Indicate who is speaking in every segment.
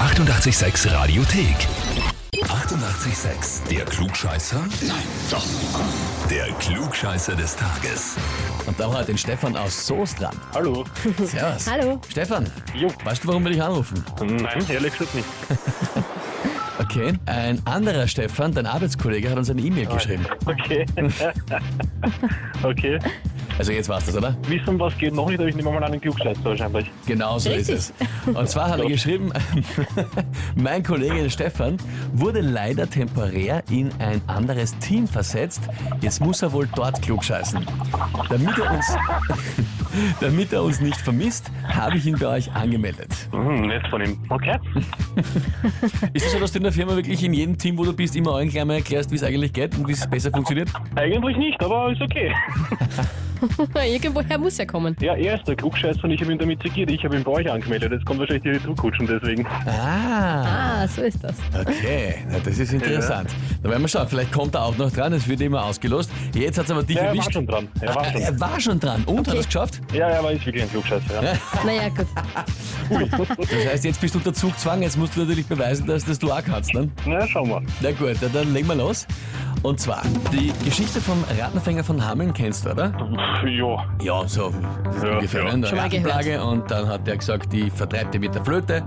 Speaker 1: 886 Radiothek. 88,6. Der Klugscheißer? Nein, doch. Der Klugscheißer des Tages.
Speaker 2: Und da haben wir den Stefan aus Soest dran.
Speaker 3: Hallo.
Speaker 2: Servus.
Speaker 4: Hallo.
Speaker 2: Stefan,
Speaker 3: Jo.
Speaker 2: weißt du, warum wir dich anrufen?
Speaker 3: Nein, ehrlich gesagt nicht.
Speaker 2: Okay. Ein anderer Stefan, dein Arbeitskollege, hat uns eine E-Mail geschrieben.
Speaker 3: Okay. okay.
Speaker 2: Also jetzt war's das, oder?
Speaker 3: Wissen, um was geht noch nicht, aber ich nehme mal einen Klugscheißer wahrscheinlich.
Speaker 2: Genau so ist
Speaker 4: Richtig.
Speaker 2: es. Und zwar hat er geschrieben, mein Kollege Stefan wurde leider temporär in ein anderes Team versetzt. Jetzt muss er wohl dort klugscheißen. Damit er uns, damit er uns nicht vermisst, habe ich ihn bei euch angemeldet.
Speaker 3: Hm, nett von ihm. Okay.
Speaker 2: Ist es so, dass du in der Firma wirklich in jedem Team, wo du bist, immer allen gleich mal erklärst, wie es eigentlich geht und wie es besser funktioniert?
Speaker 3: Eigentlich nicht, aber ist okay.
Speaker 4: Irgendwoher muss er kommen.
Speaker 3: Ja, er ist der Klugscheißer und ich habe ihn damit zigiert. Ich habe ihn bei euch angemeldet. Jetzt kommt wahrscheinlich die Zukutschen deswegen.
Speaker 2: Ah,
Speaker 4: Ah, so ist das.
Speaker 2: okay. Na, das ist interessant. Dann werden wir schauen. Vielleicht kommt er auch noch dran. Es wird immer ausgelost. Jetzt hat es aber dich
Speaker 3: Ja, er war
Speaker 2: erwischt.
Speaker 3: schon dran. Er war
Speaker 2: Ah,
Speaker 3: schon.
Speaker 2: Er war schon dran und hat es geschafft.
Speaker 3: Ja, er war ist wirklich ein Klugscheißer. Ja.
Speaker 4: Naja, gut. Ah,
Speaker 2: Das heißt, jetzt bist du unter Zugzwang, jetzt musst du natürlich beweisen, dass das du auch kannst. Ne?
Speaker 3: Na, schauen wir.
Speaker 2: Na gut, dann- dann legen wir los. Und zwar, die Geschichte vom Rattenfänger von Hameln kennst du, oder?
Speaker 3: Pff, Jo.
Speaker 2: Ja, so
Speaker 3: Ja, genau.
Speaker 2: ungefähr.
Speaker 3: ja.
Speaker 2: ne? Eine
Speaker 4: Schon mal gehört.
Speaker 2: Rattenplage und dann hat er gesagt, die vertreibt er mit der Flöte.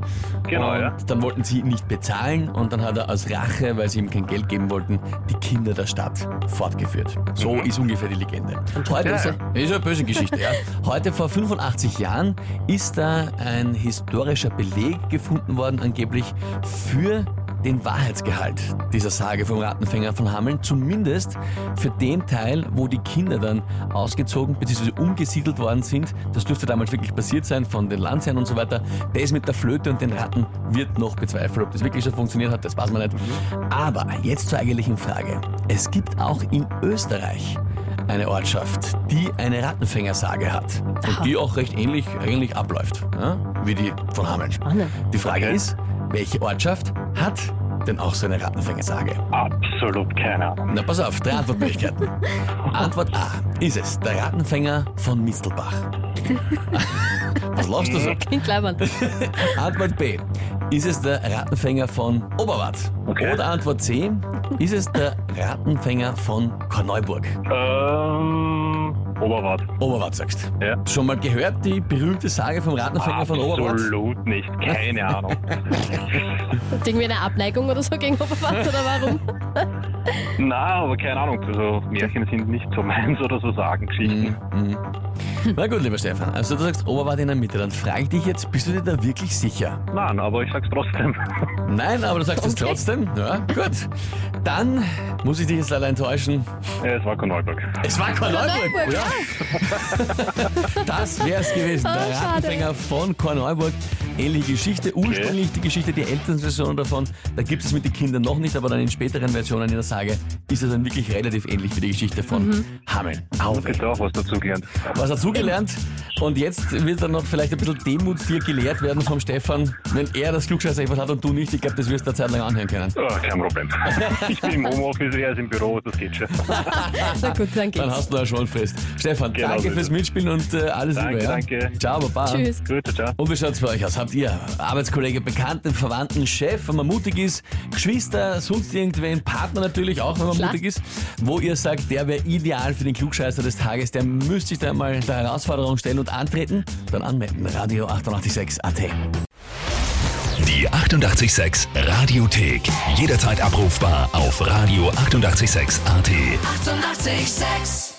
Speaker 3: Genau,
Speaker 2: und
Speaker 3: ja.
Speaker 2: dann wollten sie ihn nicht bezahlen und dann hat er aus Rache, weil sie ihm kein Geld geben wollten, die Kinder der Stadt fortgeführt. So
Speaker 3: Mhm.
Speaker 2: ist ungefähr die Legende. Und heute
Speaker 3: Ja,
Speaker 2: ist, er, ist eine böse Geschichte, ja. Heute vor 85 Jahren ist da ein historischer Beleg gefunden worden, angeblich für den Wahrheitsgehalt dieser Sage vom Rattenfänger von Hameln, zumindest für den Teil, wo die Kinder dann ausgezogen bzw. umgesiedelt worden sind. Das dürfte damals wirklich passiert sein von den Landsherren und so weiter. Das mit der Flöte und den Ratten wird noch bezweifelt. Ob das wirklich so funktioniert hat, das weiß man nicht. Aber jetzt zur eigentlichen Frage. Es gibt auch in Österreich eine Ortschaft, die eine Rattenfängersage hat und die auch recht ähnlich eigentlich abläuft, ja, wie die von Hameln.
Speaker 4: Spannend.
Speaker 2: Die Frage ist, welche Ortschaft hat denn auch so eine Rattenfängersage?
Speaker 3: Absolut keine Ahnung.
Speaker 2: Na pass auf, drei Antwortmöglichkeiten. Antwort A ist es der Rattenfänger von Mistelbach. Was lachst du so?
Speaker 4: Klingt leibend.
Speaker 2: Antwort B. Ist es der Rattenfänger von Oberwart?
Speaker 3: Okay.
Speaker 2: Oder Antwort C. Ist es der Rattenfänger von Korneuburg?
Speaker 3: Ähm, Oberwart.
Speaker 2: Oberwart sagst.
Speaker 3: Ja.
Speaker 2: Schon mal gehört die berühmte Sage vom Rattenfänger von Oberwart?
Speaker 3: Absolut nicht. Keine Ahnung.
Speaker 4: Hat irgendwie eine Abneigung oder so gegen Oberwart oder warum?
Speaker 3: Na, aber keine Ahnung. Also, Märchen sind nicht so meins oder so Sagengeschichten.
Speaker 2: Mhm. Na gut, lieber Stefan, also du sagst Oberwart in der Mitte, dann frage ich dich jetzt, bist du dir da wirklich sicher?
Speaker 3: Nein, aber ich sag's trotzdem.
Speaker 2: Nein, aber du sagst es
Speaker 4: Okay.
Speaker 2: trotzdem. Ja, gut. Dann muss ich dich jetzt leider enttäuschen.
Speaker 3: Ja, es war Korneuburg.
Speaker 2: Es war Korneuburg.
Speaker 4: Korneuburg,
Speaker 2: Ja. Das wäre es gewesen.
Speaker 4: Oh,
Speaker 2: der
Speaker 4: schade.
Speaker 2: Rattenfänger von Korneuburg. Ähnliche Geschichte. Ursprünglich die Geschichte, die Elternversion davon. Da gibt es mit den Kindern noch nicht, aber dann in späteren Versionen in der Sage ist es dann wirklich relativ ähnlich wie die Geschichte von
Speaker 4: Mhm.
Speaker 2: Hameln. Auwe.
Speaker 3: Hätte auch was dazugelernt.
Speaker 2: was dazugelernt. Und jetzt wird dann noch vielleicht ein bisschen Demut dir gelehrt werden vom Stefan, wenn er das klugscheiß hat und du nicht. Ich glaube, das wirst du eine Zeit lang anhören können.
Speaker 3: Oh, kein Problem. Ich bin im Homeoffice, er ist im Büro, das geht schon.
Speaker 4: Na gut,
Speaker 2: Dann
Speaker 4: dann geht's.
Speaker 2: hast du da schon fest. Stefan,
Speaker 3: Genau so
Speaker 2: danke
Speaker 3: ist
Speaker 2: fürs
Speaker 3: es.
Speaker 2: Mitspielen und äh, alles
Speaker 3: Danke,
Speaker 2: Liebe. Ja?
Speaker 3: danke.
Speaker 2: Ciao, Baba.
Speaker 4: Tschüss.
Speaker 3: Gut, ciao.
Speaker 2: Und wie schaut's bei euch aus? Habt ihr Arbeitskollege, Bekannten, Verwandten, Chef, wenn man mutig ist, Geschwister, sonst irgendwen, Partner natürlich auch, wenn man
Speaker 4: Klar.
Speaker 2: mutig ist, wo ihr sagt, der wäre ideal für den Klugscheißer des Tages, der müsste sich da mal der Herausforderung stellen und antreten? Dann anmelden. Radio 886 AT.
Speaker 1: Die 88,6 Radiothek. Jederzeit abrufbar auf radio886.at. 88,6.
Speaker 5: Eighty-eight, sex.